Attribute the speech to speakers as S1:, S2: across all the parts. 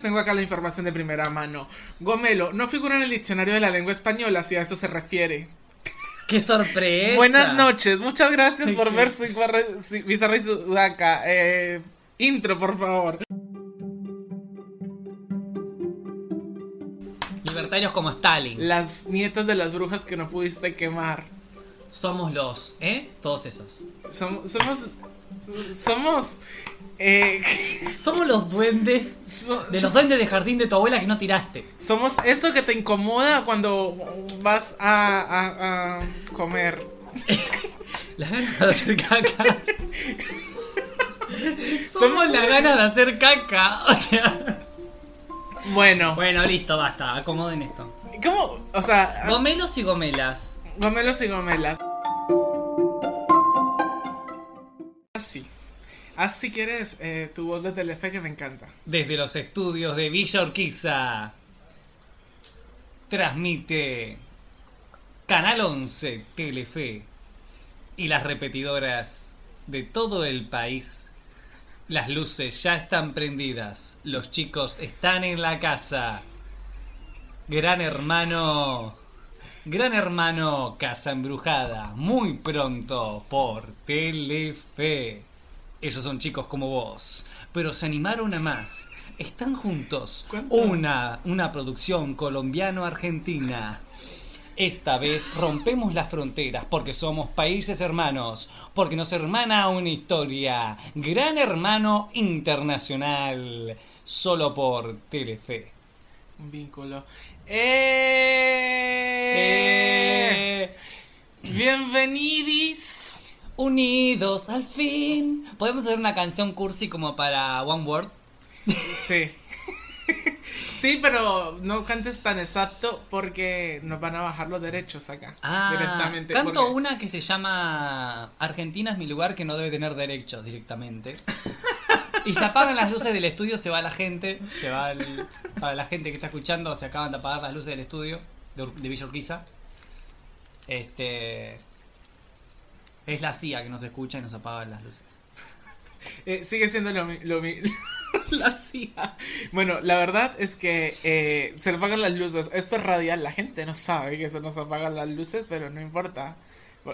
S1: Tengo acá la información de primera mano. Gomelo no figura en el diccionario de la lengua española si a eso se refiere.
S2: ¡Qué sorpresa!
S1: Buenas noches, muchas gracias por ver Bizarro y Sudaca. Eh, intro, por favor.
S2: Libertarios como Stalin.
S1: Las nietas de las brujas que no pudiste quemar.
S2: Somos los, ¿eh? Todos esos.
S1: Som- somos. Somos. eh,
S2: Somos los duendes.
S1: so-
S2: De los duendes de jardín de tu abuela que no tiraste.
S1: somos eso que te incomoda cuando vas a, a- a comer.
S2: Las ganas de hacer caca.
S1: Somos-
S2: Somos las ganas de hacer caca. O sea.
S1: Bueno,
S2: Bueno, listo, basta. Acomoden esto.
S1: ¿cómo? O sea, a-
S2: Gomelos y gomelas.
S1: gomelos y gomelas. Así. Así que eres eh, tu voz de Telefe que me encanta.
S2: Desde los estudios de Villa Urquiza. Transmite Canal 11 Telefe y las repetidoras de todo el país. Las luces ya están prendidas. Los chicos están en la casa. Gran hermano. Gran hermano Casa Embrujada. Muy pronto por Telefe. Ellos son chicos como vos, pero se animaron a más. Están juntos.
S1: ¿Cuánto?
S2: Una, una producción colombiano-argentina. Esta vez rompemos las fronteras porque somos países hermanos, porque nos hermana una historia. Gran hermano internacional, solo por Telefe.
S1: Un vínculo. ¡Eh!
S2: Eh,
S1: Bienvenidis.
S2: unidos al fin. Podemos hacer una canción cursi como para One Word.
S1: Sí. Sí, pero no cantes tan exacto porque nos van a bajar los derechos acá.
S2: Ah,
S1: directamente.
S2: canto
S1: porque-
S2: una que se llama Argentina es mi lugar que no debe tener derechos directamente. Y se apagan las luces del estudio, se va la gente, se va el- para la gente que está escuchando, se acaban de apagar las luces del estudio de, Ur- de Villa Urquiza. Este es la CIA que nos escucha y nos apagan las luces.
S1: Eh, sigue siendo lo, mi- lo mi- la CIA. Bueno, la verdad es que eh, se apagan las luces. Esto es radial. La gente no sabe que se nos apagan las luces, pero no importa.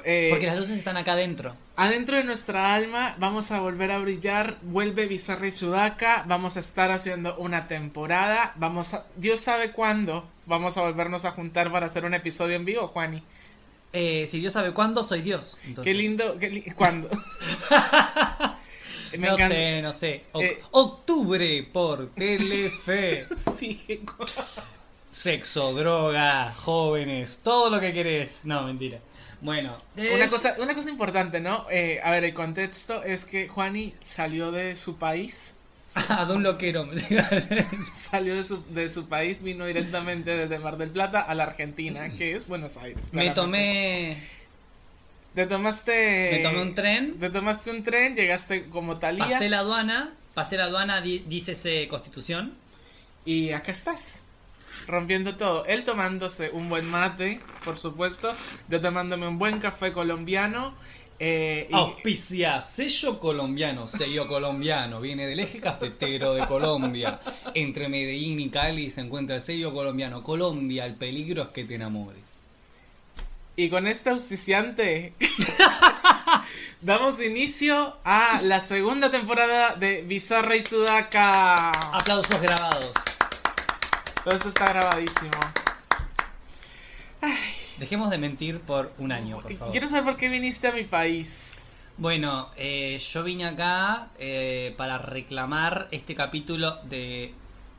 S1: Eh,
S2: Porque las luces están acá adentro.
S1: Adentro de nuestra alma vamos a volver a brillar, vuelve Bizarra y Sudaca, vamos a estar haciendo una temporada, vamos a... Dios sabe cuándo vamos a volvernos a juntar para hacer un episodio en vivo, Juani.
S2: Eh, si Dios sabe cuándo, soy Dios.
S1: Qué
S2: Entonces,
S1: lindo, qué li- ¿cuándo? Me
S2: no
S1: encanta.
S2: sé, no sé. Oc-
S1: Eh.
S2: Octubre por Telefe.
S1: Sí, qué cu-
S2: Sexo, droga, jóvenes, todo lo que querés. No, mentira. Bueno,
S1: Eh, Una
S2: es-
S1: cosa, una cosa importante, ¿no? Eh, a ver, el contexto es que Juani salió de su país,
S2: Ah, de un loquero.
S1: salió de su, de su país, vino directamente desde Mar del Plata a la Argentina, que es Buenos Aires.
S2: me
S1: claramente.
S2: tomé.
S1: Te tomaste.
S2: Me tomé un tren,
S1: Te tomaste un tren, llegaste como Talía
S2: pasé la aduana, pasé la aduana, di- dícese constitución.
S1: y acá estás. Rompiendo todo. Él tomándose un buen mate, por supuesto. Yo tomándome un buen café colombiano. eh, y-
S2: Oh, Auspicia, sello colombiano, sello colombiano, viene del eje cafetero de Colombia. Entre Medellín y Cali se encuentra el sello colombiano. Colombia, el peligro es que te enamores.
S1: Y con este auspiciante damos inicio a la segunda temporada de Bizarra y Sudaca.
S2: Aplausos grabados.
S1: Todo eso está grabadísimo.
S2: Dejemos de mentir por un año, por favor.
S1: Quiero saber por qué viniste a mi país.
S2: Bueno, eh, yo vine acá eh, para reclamar este capítulo de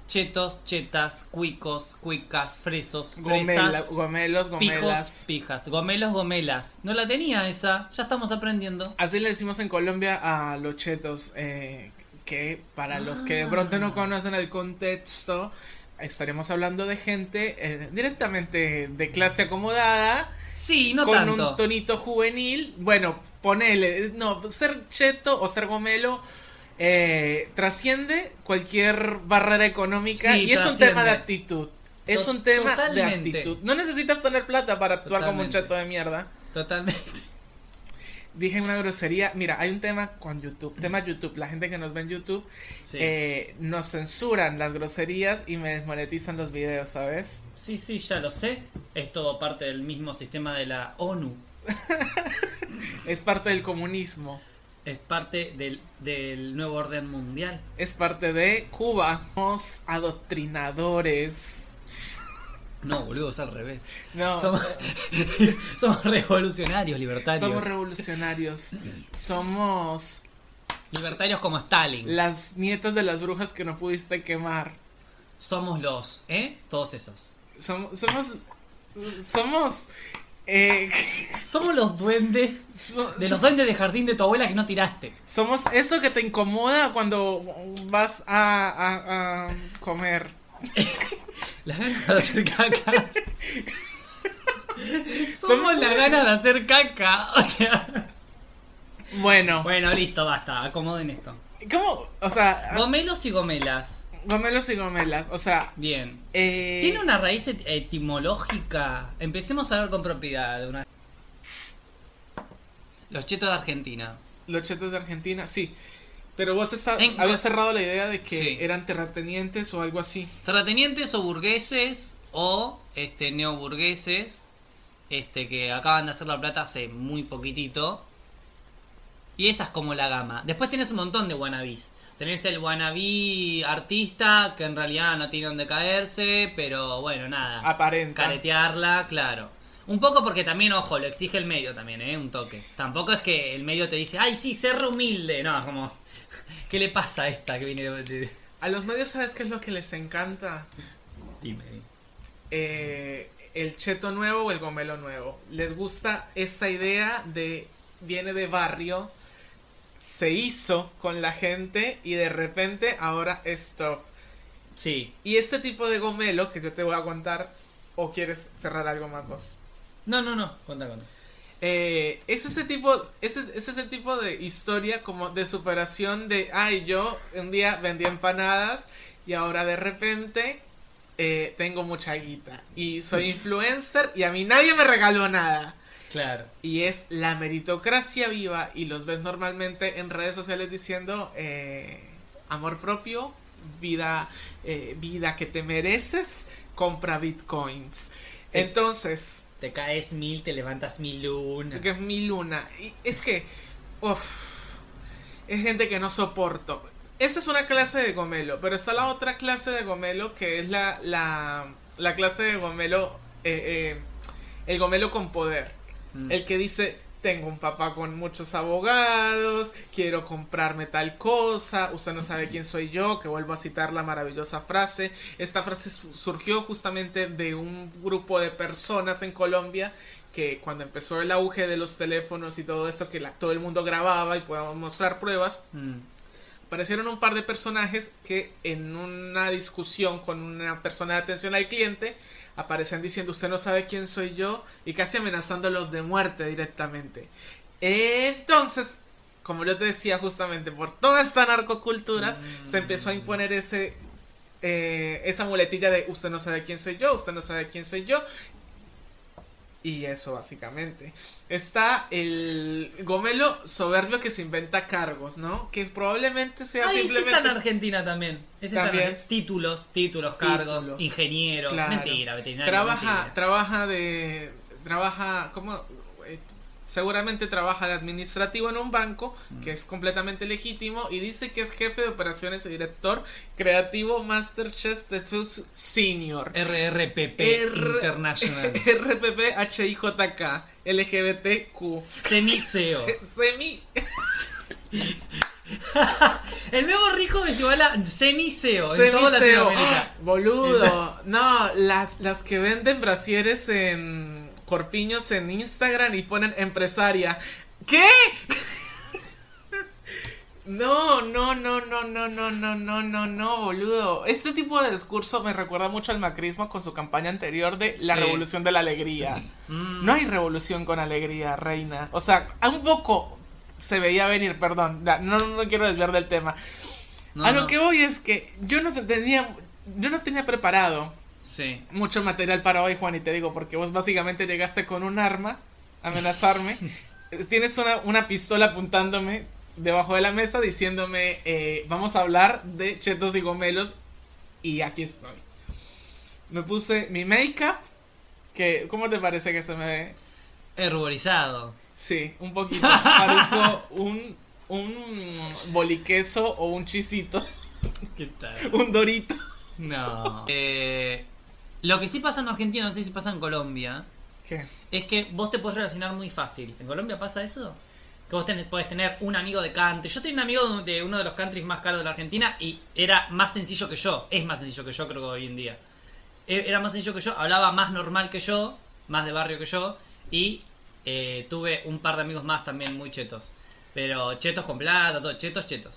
S2: chetos, chetas, cuicos, cuicas, fresos,
S1: Gomela-
S2: fresas,
S1: gomelos,
S2: pijos,
S1: gomelas.
S2: pijas, gomelos, gomelas. No la tenía esa, ya estamos aprendiendo.
S1: Así le decimos en Colombia a los chetos, eh, que para los que de
S2: Ah.
S1: pronto no conocen el contexto, estaremos hablando de gente eh, directamente de clase acomodada,
S2: Sí, no
S1: con
S2: tanto.
S1: un tonito juvenil. Bueno, ponele, eh, no, ser cheto o ser gomelo eh, trasciende cualquier barrera económica
S2: Sí,
S1: y es un
S2: trasciende.
S1: tema de actitud. Es
S2: To-
S1: un tema
S2: totalmente.
S1: de actitud. No necesitas tener plata para actuar como un
S2: Totalmente.
S1: cheto de mierda.
S2: Totalmente.
S1: dije una grosería. Mira, hay un tema con YouTube, tema YouTube. La gente que nos ve en YouTube
S2: Sí.
S1: eh, nos censuran las groserías y me desmonetizan los videos, ¿sabes?
S2: sí, sí, ya lo sé. Es todo parte del mismo sistema de la ONU.
S1: Es parte del comunismo.
S2: Es parte del, del nuevo orden mundial.
S1: Es parte de Cuba. Somos adoctrinadores.
S2: No, boludo, es al revés.
S1: No,
S2: somos, somos revolucionarios, libertarios.
S1: somos revolucionarios. Somos
S2: libertarios como Stalin.
S1: las nietas de las brujas que no pudiste quemar.
S2: Somos los, ¿eh? Todos esos.
S1: Somos. Somos. Somos. eh,
S2: Somos los duendes
S1: so-
S2: de los duendes de jardín de tu abuela que no tiraste.
S1: Somos eso que te incomoda cuando vas a, a- a comer.
S2: Las ganas de hacer caca. Somos las ganas de hacer caca. O sea.
S1: Bueno,
S2: Bueno, listo, basta. Acomoden esto.
S1: ¿cómo? O sea,
S2: Gomelos y gomelas.
S1: gomelos y gomelas. O sea,
S2: Bien.
S1: eh,
S2: Tiene una raíz et- etimológica. Empecemos a hablar con propiedad. de una- Los chetos de Argentina.
S1: los chetos de Argentina, sí. Pero vos está-
S2: En-
S1: habías cerrado la idea de que
S2: Sí.
S1: eran terratenientes o algo así.
S2: Terratenientes o burgueses o este neoburgueses este que acaban de hacer la plata hace muy poquitito. Y esa es como la gama. Después tenés un montón de wannabis. Tenés el wannabe artista que en realidad no tiene donde caerse, pero bueno, nada.
S1: Aparenta.
S2: Caretearla, claro. Un poco porque también, ojo, lo exige el medio también, ¿eh? Un toque. Tampoco es que el medio te dice, ay, sí, ser humilde. No, es como, ¿qué le pasa a esta que viene de- de-
S1: A los medios, ¿sabes qué es lo que les encanta?
S2: Dime.
S1: Eh, el cheto nuevo o el gomelo nuevo. Les gusta esa idea de viene de barrio, se hizo con la gente y de repente ahora es top.
S2: Sí,
S1: Y este tipo de gomelo que yo te voy a contar, o quieres cerrar algo, Macos.
S2: No, no, no. Cuenta, cuenta.
S1: Eh, es ese tipo, es, es ese tipo de historia como de superación de, ay, yo un día vendía empanadas y ahora de repente eh, tengo mucha guita y soy influencer y a mí nadie me regaló nada.
S2: Claro.
S1: Y es la meritocracia viva y los ves normalmente en redes sociales diciendo eh, amor propio, vida, eh, vida que te mereces, compra bitcoins.
S2: Eh,
S1: Entonces...
S2: Te caes mil, te levantas mil una.
S1: que es mi luna. Y es que, uff, es gente que no soporto. Esa es una clase de gomelo, pero está la otra clase de gomelo que es la, la, la clase de gomelo, eh, eh, el gomelo con poder.
S2: Mm.
S1: El que dice, tengo un papá con muchos abogados, quiero comprarme tal cosa, usted no sabe quién soy yo, que vuelvo a citar la maravillosa frase. Esta frase su- surgió justamente de un grupo de personas en Colombia que cuando empezó el auge de los teléfonos y todo eso, que la- todo el mundo grababa y podíamos mostrar pruebas,
S2: Mm.
S1: aparecieron un par de personajes que en una discusión con una persona de atención al cliente aparecen diciendo usted no sabe quién soy yo y casi amenazándolos de muerte directamente. Entonces, como yo te decía justamente, por toda esta narcoculturas
S2: Mm.
S1: se empezó a imponer ese eh, esa muletilla de usted no sabe quién soy yo, usted no sabe quién soy yo. Y eso básicamente. Está el gomelo soberbio que se inventa cargos, ¿no? Que probablemente sea
S2: Ay, sí está en
S1: simplemente
S2: Argentina también. Ese está en
S1: También.
S2: Argentina. Títulos, títulos, cargos,
S1: Títulos.
S2: ingeniero.
S1: Claro.
S2: Mentira, veterinario.
S1: trabaja
S2: mentira.
S1: trabaja de trabaja como seguramente trabaja de administrativo en un banco
S2: Mm.
S1: que es completamente legítimo y dice que es jefe de operaciones y director creativo MasterChef de sus senior.
S2: RRPP
S1: R-
S2: International.
S1: RPPHIJK
S2: Oh.
S1: LGBTQ
S2: Semiceo.
S1: Eh, Semi
S2: El nuevo rico es igual a Semiceo en toda
S1: Semiceo.
S2: Latinoamérica.
S1: ¡Ah! Boludo. No, las, las que venden brasieres en corpiños en Instagram y ponen empresaria. ¿Qué? No, no, no, no, no, no, no, no, no, no, boludo. Este tipo de discurso me recuerda mucho al macrismo con su campaña anterior de la
S2: Sí.
S1: revolución de la alegría.
S2: Mm.
S1: No hay revolución con alegría, reina. O sea, a un poco se veía venir, perdón. Ya, No, no quiero desviar del tema
S2: ah, No,
S1: a lo
S2: no.
S1: que voy es que yo no te- tenía yo no tenía preparado
S2: Sí.
S1: mucho material para hoy, Juan, y te digo, porque vos básicamente llegaste con un arma a amenazarme tienes una, una pistola apuntándome debajo de la mesa diciéndome, eh, vamos a hablar de chetos y gomelos y aquí estoy. Me puse mi make-up, que, ¿cómo te parece que se me ve?
S2: Ruborizado.
S1: Sí, un poquito. Parezco un, un boliqueso o un chisito,
S2: ¿Qué tal?
S1: un dorito.
S2: No. Eh, lo que sí pasa en Argentina, no sé si pasa en Colombia,
S1: ¿Qué?
S2: es que vos te puedes relacionar muy fácil. ¿En Colombia pasa eso? Que vos tenés, podés tener un amigo de country. Yo tenía un amigo de de uno de los countries más caros de la Argentina y era más sencillo que yo. Es más sencillo que yo, creo que hoy en día. E- Era más sencillo que yo, hablaba más normal que yo, más de barrio que yo. Y eh, tuve un par de amigos más también muy chetos. Pero chetos con plata, todo, chetos, chetos.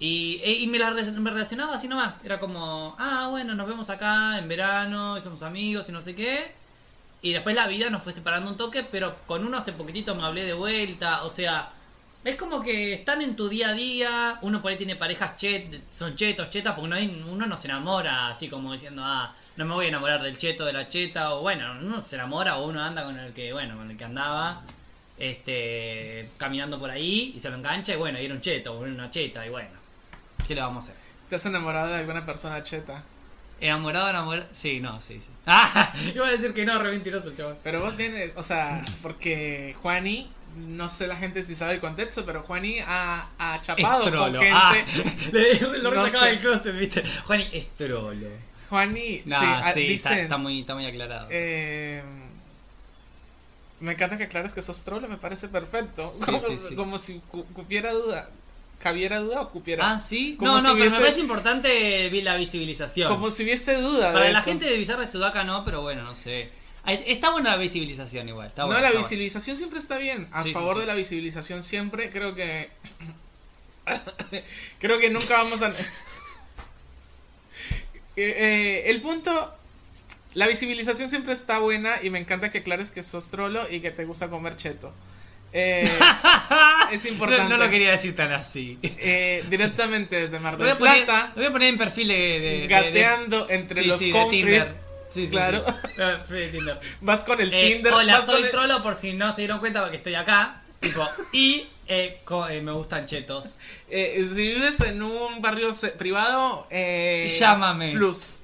S2: Y, e- y me, la, re- me relacionaba así nomás. Era como, ah, bueno, nos vemos acá en verano, y somos amigos y no sé qué. Y después la vida nos fue separando un toque, pero con uno hace poquitito me hablé de vuelta. O sea, es como que están en tu día a día. Uno por ahí tiene parejas chet, son chetos, chetas, porque no hay- uno no se enamora así como diciendo, ah, no me voy a enamorar del cheto, de la cheta. O bueno, uno se enamora o uno anda con el que, bueno, con el que andaba. Este, caminando por ahí y se lo engancha y bueno, y era un cheto, o era una cheta y bueno, ¿qué le vamos a hacer?
S1: ¿Te has enamorado de alguna persona cheta?
S2: Enamorado, enamorado, sí, no, sí, sí. Ah, iba a decir que no, re mentiroso, chaval.
S1: Pero vos vienes, o sea, porque Juani, no sé la gente si sabe el contexto, pero Juani ha, ha chapado
S2: Estrolo.
S1: con gente.
S2: Ah, le-
S1: No
S2: lo resacaba
S1: sé.
S2: del closet, viste. Juani, estrolo.
S1: Juani, sí,
S2: Nah, sí,
S1: ah,
S2: está,
S1: dicen,
S2: está muy, está muy aclarado.
S1: eh, me encanta que aclares que sos trolo, me parece perfecto.
S2: Sí,
S1: como,
S2: sí, sí.
S1: como si cu- cupiera duda, cabiera duda o cupiera.
S2: ah, sí.
S1: como
S2: No,
S1: si
S2: no, pero
S1: hubiese-
S2: me parece importante vi- la visibilización.
S1: como si hubiese duda
S2: Para
S1: de
S2: la
S1: eso.
S2: gente de Bizarra de Sudaca no, pero bueno, no sé. Ay, Está buena la visibilización igual. Está
S1: no,
S2: buena,
S1: la
S2: está
S1: visibilización siempre está bien. A
S2: Sí, sí,
S1: favor
S2: sí.
S1: de la visibilización siempre, creo que. creo que nunca vamos a. Eh, eh, el punto. La visibilización siempre está buena y me encanta que aclares que sos trolo y que te gusta comer cheto. Eh,
S2: buena.
S1: es
S2: No,
S1: importante.
S2: no lo quería decir tan así.
S1: Eh, directamente desde Mar
S2: Lo voy
S1: del
S2: a poner,
S1: Plata,
S2: lo voy a poner en perfil de. de- de- de-
S1: gateando entre
S2: sí,
S1: los
S2: sí, de Tinder.
S1: countries.
S2: Sí, sí, sí.
S1: Claro.
S2: Ah, perfil de Tinder.
S1: Vas con el
S2: Eh,
S1: Tinder.
S2: hola,
S1: vas con
S2: soy
S1: el-
S2: trolo por si no se dieron cuenta porque estoy acá. Tipo, y eh, co- eh, me gustan chetos.
S1: Eh, si vives en un barrio se- privado, eh,
S2: Llámame.
S1: Plus.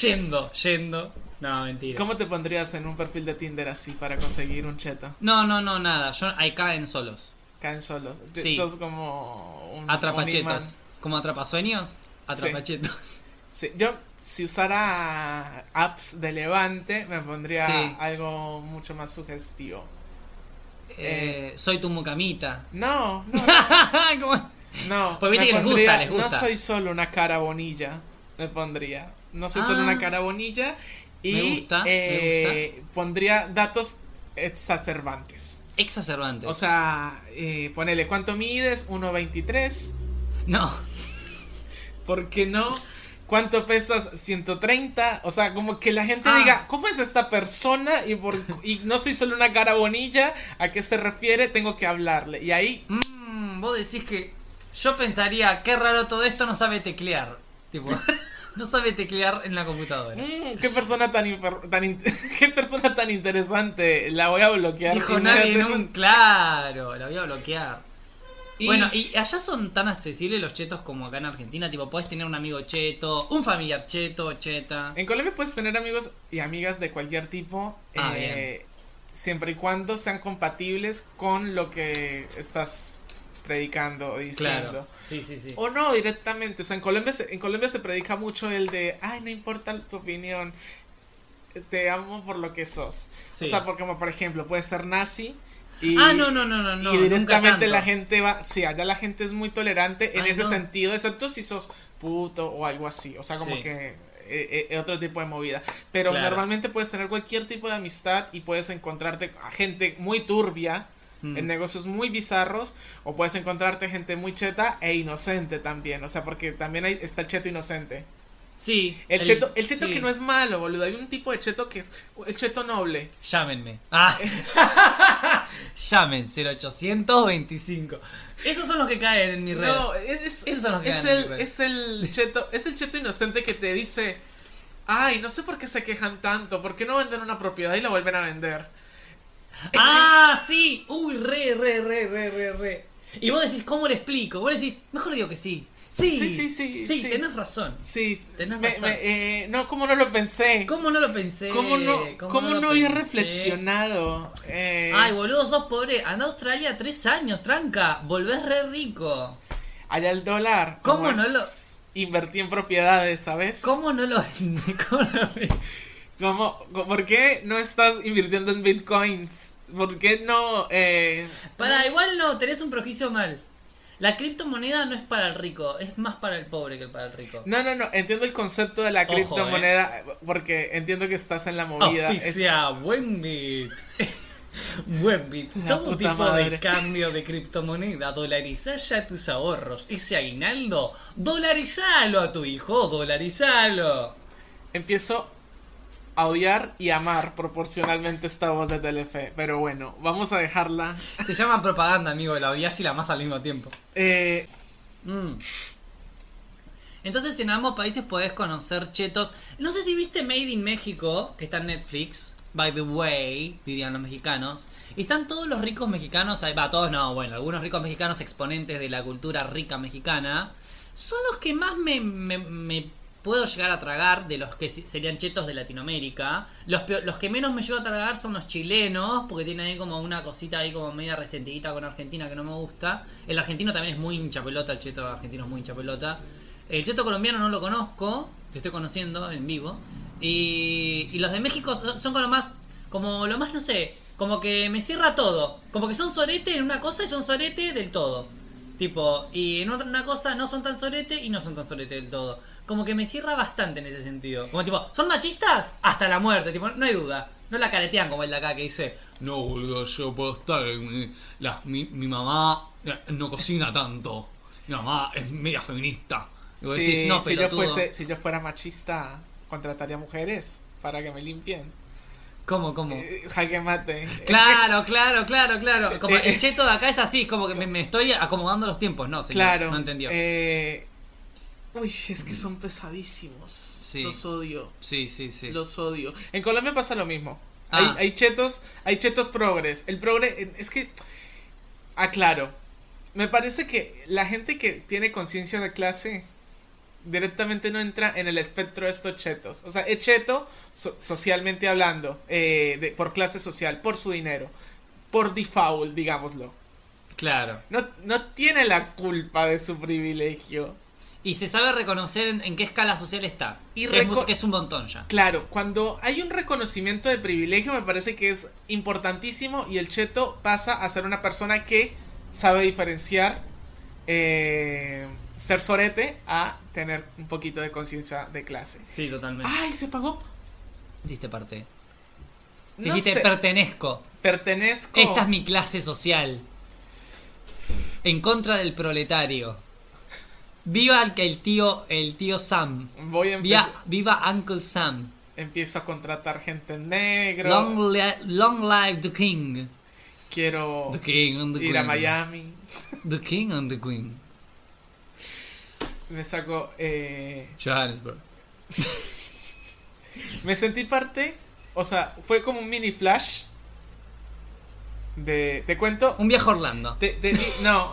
S2: Yendo, yendo. No, mentira.
S1: ¿Cómo te pondrías en un perfil de Tinder así para conseguir un cheto?
S2: No, no, no, nada. Yo, ahí caen solos.
S1: Caen solos. Te-
S2: Sí.
S1: Sos como un. un imán.
S2: Atrapachetos. ¿Como atrapasueños? Atrapachetos.
S1: Sí, Yo, si usara apps de levante, me pondría
S2: Sí.
S1: algo mucho más sugestivo.
S2: Eh, soy tu mucamita.
S1: No, no,
S2: ¿Cómo?
S1: no.
S2: Pues viste
S1: me
S2: que les gusta,
S1: pondría-
S2: les gusta.
S1: No soy solo una cara bonilla. Me pondría. No soy solo
S2: Ah.
S1: una cara bonilla. Y
S2: Me gusta, me
S1: eh, pondría datos exacerbantes.
S2: Exacerbantes.
S1: O sea, eh, ponele, ¿cuánto mides? 1.23.
S2: no.
S1: ¿Por qué no? ¿Cuánto pesas? 130. O sea, como que la gente
S2: Ah.
S1: diga, ¿cómo es esta persona? Y, por, y no soy solo una cara bonilla. ¿A qué se refiere? Tengo que hablarle. Y ahí,
S2: Mm, vos decís que. Yo pensaría, qué raro todo esto, no sabe teclear. Tipo, no sabe teclear en la computadora.
S1: mm, qué persona tan, infer- tan in- qué persona tan interesante. La voy a bloquear.
S2: Dijo
S1: Y
S2: nadie
S1: me-
S2: nunca. Claro, la voy a bloquear.
S1: Y-
S2: Bueno, ¿y allá son tan accesibles los chetos como acá en Argentina? Tipo, podés tener un amigo cheto, un familiar cheto, cheta.
S1: En Colombia puedes tener amigos y amigas de cualquier tipo,
S2: Ah,
S1: eh, siempre y cuando sean compatibles con lo que estás predicando o diciendo.
S2: Claro. Sí, sí, sí.
S1: O no, directamente. O sea, en Colombia, se, en Colombia se predica mucho el de, ay, no importa tu opinión, te amo por lo que sos.
S2: Sí.
S1: O sea, porque como por ejemplo, puedes ser nazi y...
S2: ah, no, no, no, no, no.
S1: y
S2: nunca
S1: directamente
S2: tanto.
S1: la gente va, sí, allá la gente es muy tolerante en
S2: Ay,
S1: ese
S2: no.
S1: sentido, excepto si sos puto o algo así, o sea, como
S2: Sí.
S1: que eh, eh, eh, otro tipo de movida. Pero
S2: Claro.
S1: normalmente puedes tener cualquier tipo de amistad y puedes encontrarte a gente muy turbia,
S2: Mm.
S1: en negocios muy bizarros, o puedes encontrarte gente muy cheta e inocente también, o sea, porque también hay, está el cheto inocente.
S2: Sí.
S1: El, cheto, el cheto
S2: sí.
S1: que no es malo, boludo, hay un tipo de cheto que es el cheto noble.
S2: Llámenme. Ah. Llamen 0825. Esos son los que caen en mi red.
S1: No, es, es,
S2: Esos son los que
S1: es
S2: ganan,
S1: el,
S2: Israel.
S1: es el cheto, es el cheto inocente que te dice, ay, no sé por qué se quejan tanto, ¿por qué no venden una propiedad y la vuelven a vender?
S2: ¡Ah, sí! Uy, re, re, re, re, re, re. Y vos decís, ¿cómo le explico? Vos decís, mejor digo que sí. Sí,
S1: Sí, sí, sí,
S2: Sí,
S1: sí.
S2: tenés razón.
S1: Sí,
S2: Tenés
S1: me-
S2: razón.
S1: me- eh, no, ¿cómo no lo pensé?
S2: ¿Cómo no lo pensé?
S1: ¿Cómo no, cómo
S2: lo
S1: no había
S2: pensé?
S1: reflexionado? Eh,
S2: Ay, boludo, sos pobre. Andá a Australia tres años, tranca. Volvés re rico.
S1: allá el dólar.
S2: ¿Cómo
S1: como
S2: no
S1: es,
S2: lo-
S1: Invertí en propiedades, ¿sabes?
S2: ¿Cómo no lo.? ¿Cómo no lo-
S1: ¿Cómo- co- ¿Por qué no estás invirtiendo en bitcoins? ¿Por qué no...? Eh...
S2: Para, igual no, tenés un prejuicio mal. La criptomoneda no es para el rico, es más para el pobre que para el rico.
S1: No, no, no, entiendo el concepto de la
S2: Ojo, eh.
S1: criptomoneda porque entiendo que estás en la movida. es-
S2: Auspicia, buen bit. buen bit.
S1: La
S2: Todo
S1: puta
S2: tipo de
S1: madre.
S2: cambio de criptomoneda. Dolarizá ya tus ahorros. Ese aguinaldo, dolarizalo a tu hijo, dolarizalo.
S1: Empiezo a odiar y amar proporcionalmente esta voz de Telefe, pero bueno, vamos a dejarla.
S2: Se llama propaganda, amigo, la odias y la más al mismo tiempo.
S1: Eh,
S2: Mm. Entonces en ambos países podés conocer chetos. No sé si viste Made in México, que está en Netflix, by the way, dirían los mexicanos. Y están todos los ricos mexicanos, ahí va, todos no, bueno, algunos ricos mexicanos exponentes de la cultura rica mexicana. Son los que más me, me- me puedo llegar a tragar de los que se- serían chetos de Latinoamérica. Los, peo- los que menos me llevo a tragar son los chilenos, porque tienen ahí como una cosita ahí como media resentidita con Argentina que no me gusta. El argentino también es muy hincha pelota, el cheto argentino es muy hincha pelota. El cheto colombiano no lo conozco, te estoy conociendo en vivo. Y, y los de México son son con lo más, como lo más, no sé, como que me cierra todo. Como que son sorete en una cosa y son sorete del todo. Tipo, y en otra una cosa no son tan sorete y no son tan sorete del todo. Como que me cierra bastante en ese sentido. Como tipo, ¿son machistas? Hasta la muerte, tipo, no hay duda. No la caretean como el de acá que dice, no, boludo, yo puedo estar. eh, la- mi, mi mamá eh, no cocina tanto. Mi mamá es media feminista. Y vos
S1: si,
S2: decís, no,
S1: si yo
S2: pelotudo".
S1: fuese, si yo fuera machista, contrataría mujeres para que me limpien.
S2: ¿Cómo, cómo?
S1: Eh, jaque mate.
S2: Claro, claro, claro, claro. Como
S1: Eh, eh.
S2: el cheto de acá es así, como que me, me estoy acomodando los tiempos. No, señor,
S1: claro.
S2: no entendió.
S1: eh, Uy, es que son pesadísimos.
S2: Sí.
S1: Los odio.
S2: sí, sí, sí.
S1: Los odio. En Colombia pasa lo mismo.
S2: Ah.
S1: Hay, hay chetos, hay chetos progres. El progre eh, es que aclaro. Me parece que la gente que tiene conciencia de clase directamente no entra en el espectro de estos chetos. O sea, es cheto so- socialmente hablando, eh, de- por clase social, por su dinero, por default, digámoslo.
S2: Claro.
S1: No, no tiene la culpa de su privilegio.
S2: Y se sabe reconocer en, en qué escala social está.
S1: Y
S2: que, es,
S1: reco-
S2: mu- que es un montón ya.
S1: Claro, cuando hay un reconocimiento de privilegio me parece que es importantísimo y el cheto pasa a ser una persona que sabe diferenciar eh, ser sorete a tener un poquito de conciencia de clase.
S2: Sí, totalmente.
S1: ¡Ay, se pagó!
S2: Diste parte.
S1: No
S2: Dijiste,
S1: sé,
S2: pertenezco.
S1: pertenezco...
S2: Esta es mi clase social. En contra del proletario. Viva el, el tío, el tío Sam.
S1: Voy a empezar...
S2: Via- viva Uncle Sam.
S1: Empiezo a contratar gente en negro.
S2: Long, li- long live the king.
S1: Quiero
S2: The king and the queen.
S1: ir a Oh. Miami.
S2: The king and the queen.
S1: Me saco... eh,
S2: Johannesburg.
S1: Me sentí parte, o sea, fue como un mini flash. De, te cuento.
S2: Un viaje a Orlando.
S1: te- te- no,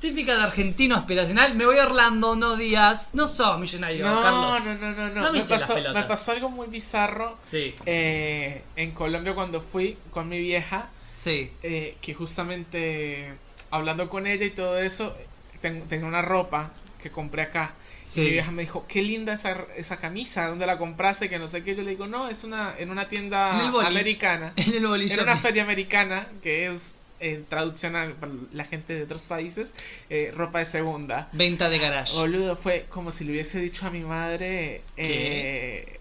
S2: Típica de argentino aspiracional. Me voy a Orlando unos días. No sos millonario,
S1: no,
S2: Carlos.
S1: no, no, no,
S2: No
S1: no.
S2: me
S1: Me
S2: hinches las
S1: pasó, me
S2: pelotas.
S1: pasó algo muy bizarro
S2: Sí,
S1: eh, en Colombia cuando fui con mi vieja,
S2: sí.
S1: eh, que justamente hablando con ella y todo eso, ten- tenía una ropa que compré acá.
S2: sí.
S1: Y mi vieja me dijo, qué linda esa, esa camisa, ¿dónde la compraste? Que no sé qué. Yo le digo, no, es una, en una
S2: En
S1: tienda
S2: el boli".
S1: americana.
S2: En el bolillo.
S1: Era una feria americana que es en traducción a- para la gente de otros países, eh, ropa de segunda.
S2: Venta de garage.
S1: Boludo, fue como si le hubiese dicho a mi madre, eh,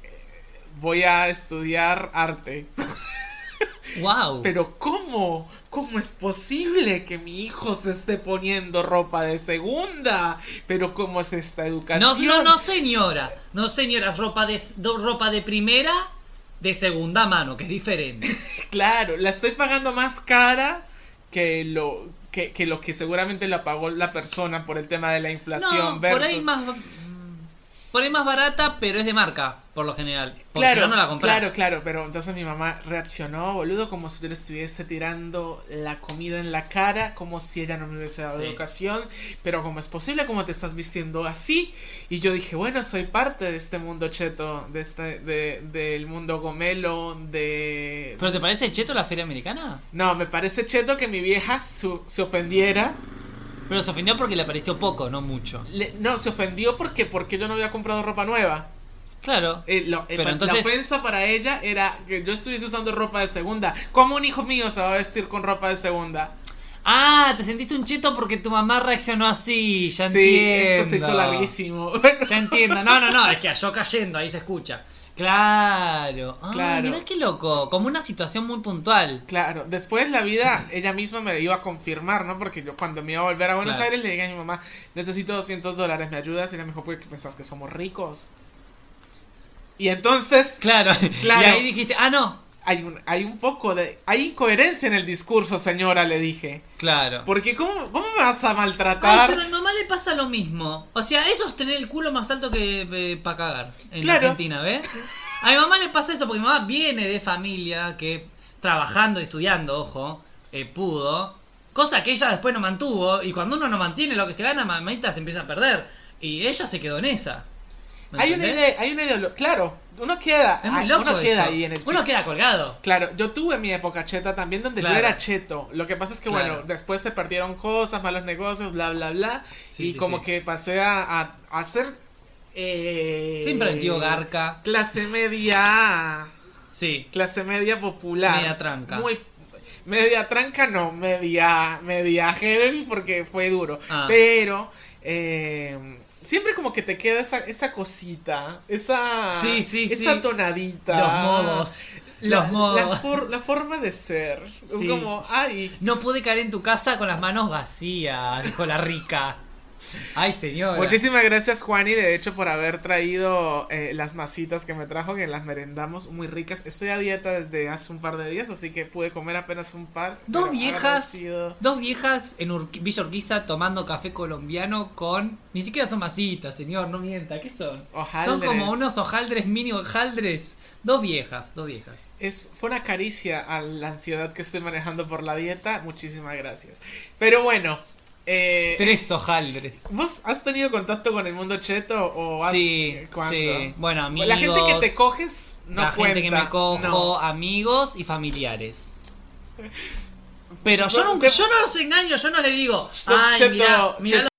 S1: voy a estudiar arte.
S2: wow.
S1: Pero ¿cómo? ¿Cómo es posible que mi hijo se esté poniendo ropa de segunda? Pero ¿cómo es esta
S2: No,
S1: educación?
S2: no, no, señora. No, señora, es ropa de, do- ropa de primera, de segunda mano, que es diferente.
S1: Claro, la estoy pagando más cara que lo que, que lo que seguramente la pagó la persona por el tema de la inflación
S2: no, por
S1: versus
S2: ahí más... Por ahí más barata, pero es de marca, por lo general. Porque
S1: Claro,
S2: si no, no la compras.
S1: claro, claro, pero entonces mi mamá reaccionó, boludo, como si yo le estuviese tirando la comida en la cara, como si ella no me hubiese dado
S2: Sí.
S1: educación, pero como es posible, como te estás vistiendo así, y yo dije, bueno, soy parte de este mundo cheto, de este, de, del mundo gomelo, de...
S2: ¿Pero te parece cheto la feria americana?
S1: No, me parece cheto que mi vieja su- se ofendiera,
S2: Pero se ofendió porque le pareció poco, no mucho.
S1: Le- no, se ofendió porque, porque yo no había comprado ropa nueva.
S2: Claro.
S1: Eh, lo- eh,
S2: Pero
S1: pa-
S2: entonces-
S1: La ofensa para ella era que yo estuviese usando ropa de segunda. ¿Cómo un hijo mío se va a vestir con ropa de segunda?
S2: Ah, te sentiste un cheto porque tu mamá reaccionó así. Ya
S1: sí,
S2: entiendo.
S1: esto se hizo larguísimo. Bueno,
S2: Ya entiendo. No, no, no. Es que yo cayendo, ahí se escucha. Claro. Ah,
S1: Claro.
S2: Mirá qué loco. Como una situación muy puntual.
S1: claro, después la vida, ella misma me iba a confirmar, ¿no? Porque yo cuando me iba a volver a Buenos
S2: Claro.
S1: Aires le dije a mi mamá, necesito 200 dólares, ¿me ayudas? Y ella me dijo, pues, ¿qué pensás que somos ricos? Y entonces
S2: Claro.
S1: Claro.
S2: Y ahí dijiste, ah, no.
S1: hay un, hay un poco de... Hay incoherencia en el discurso, señora, le dije.
S2: Claro.
S1: Porque ¿cómo, cómo me vas a
S2: Ay,
S1: maltratar?
S2: pero a mi mamá le pasa lo mismo. O sea, eso es tener el culo más alto que para cagar en
S1: Claro.
S2: Argentina, ¿ves? A mi mamá le pasa eso porque mi mamá viene de familia que trabajando y estudiando, ojo, eh, pudo. Cosa que ella después no mantuvo. Y cuando uno no mantiene lo que se gana, mamita se empieza a perder. Y ella se quedó en esa. ¿Me
S1: Hay una
S2: entendés?
S1: idea, hay una idea, claro, uno queda,
S2: Es muy
S1: ah,
S2: loco
S1: uno queda
S2: eso.
S1: ahí en el
S2: Uno
S1: chi-
S2: queda colgado.
S1: Claro, yo tuve mi época cheta también donde
S2: Claro.
S1: yo era cheto. Lo que pasa es que
S2: Claro.
S1: bueno, después se perdieron cosas, malos negocios, bla bla bla,
S2: Sí,
S1: y
S2: sí,
S1: como
S2: sí.
S1: que pasé a, a- a ser eh,
S2: Siempre el tío Garca.
S1: clase media,
S2: Sí.
S1: clase media popular,
S2: Media tranca.
S1: muy media tranca, no, media media heavy porque fue duro,
S2: Ah.
S1: pero eh, siempre como que te queda esa, esa cosita, esa
S2: Sí, sí,
S1: esa
S2: sí.
S1: tonadita,
S2: Los modos.
S1: la,
S2: los modos.
S1: las for- la forma de ser. Es
S2: Sí.
S1: Como, ay.
S2: No pude caer en tu casa con las manos vacías, dijo la rica. Ay, señora.
S1: Muchísimas gracias, Juani, de hecho, por haber traído eh, las masitas que me trajo, que las merendamos muy ricas. Estoy a dieta desde hace un par de días, así que pude comer apenas un par.
S2: Dos
S1: pero
S2: viejas.
S1: agradecido.
S2: Dos viejas en Urqui- Villa Urquiza tomando café colombiano con... Ni siquiera son masitas, señor, no mienta. ¿Qué son? Son
S1: Hojaldres.
S2: como unos hojaldres, mini hojaldres. Dos viejas, dos viejas.
S1: Es, fue una caricia a la ansiedad que estoy manejando por la dieta. Muchísimas gracias. Pero bueno, eh,
S2: Tres hojaldres.
S1: ¿vos has tenido contacto con el mundo cheto o has,
S2: sí,
S1: eh, cuándo?
S2: sí. Bueno, amigos.
S1: la gente que te coges no
S2: la
S1: cuenta.
S2: gente que me cojo,
S1: no.
S2: amigos y familiares. Pero yo
S1: No,
S2: nunca,
S1: te-
S2: yo no los engaño, yo no les digo,
S1: Sos
S2: ay,
S1: cheto,
S2: mira, mira
S1: cheto".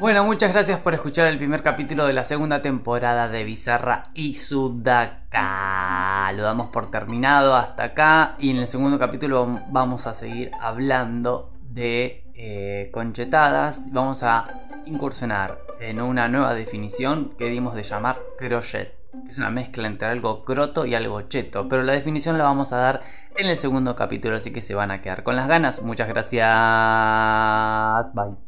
S3: Bueno, muchas gracias por escuchar el primer capítulo de la segunda temporada de Bizarra y Sudaca. Lo damos por terminado hasta acá y en el segundo capítulo vam- vamos a seguir hablando de eh, conchetadas. Vamos a incursionar en una nueva definición que dimos de llamar crochet. que Es una mezcla entre algo croto y algo cheto, pero la definición la vamos a dar en el segundo capítulo, así que se van a quedar con las ganas. Muchas gracias. Bye.